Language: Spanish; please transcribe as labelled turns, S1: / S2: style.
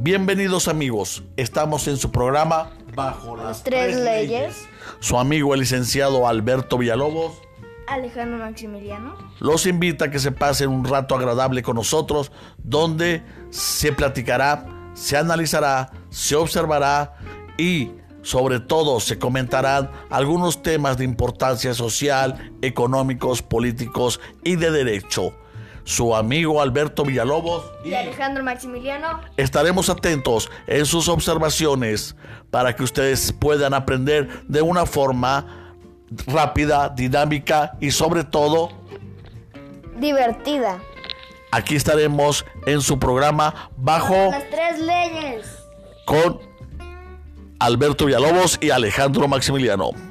S1: Bienvenidos amigos, estamos en su programa
S2: Bajo las
S3: Tres leyes.
S1: Su amigo el licenciado Alberto Villalobos
S3: Alejandro Maximiliano.
S1: los invita a que se pasen un rato agradable con nosotros donde se platicará, se analizará, se observará y sobre todo se comentarán algunos temas de importancia social, económicos, políticos y de derecho. Su amigo Alberto Villalobos
S3: Y Alejandro Maximiliano.
S1: Estaremos atentos en sus observaciones para que ustedes puedan aprender de una forma rápida, dinámica y sobre todo
S3: Divertida.
S1: aquí estaremos en su programa bajo
S3: Las tres leyes.
S1: con Alberto Villalobos y Alejandro Maximiliano.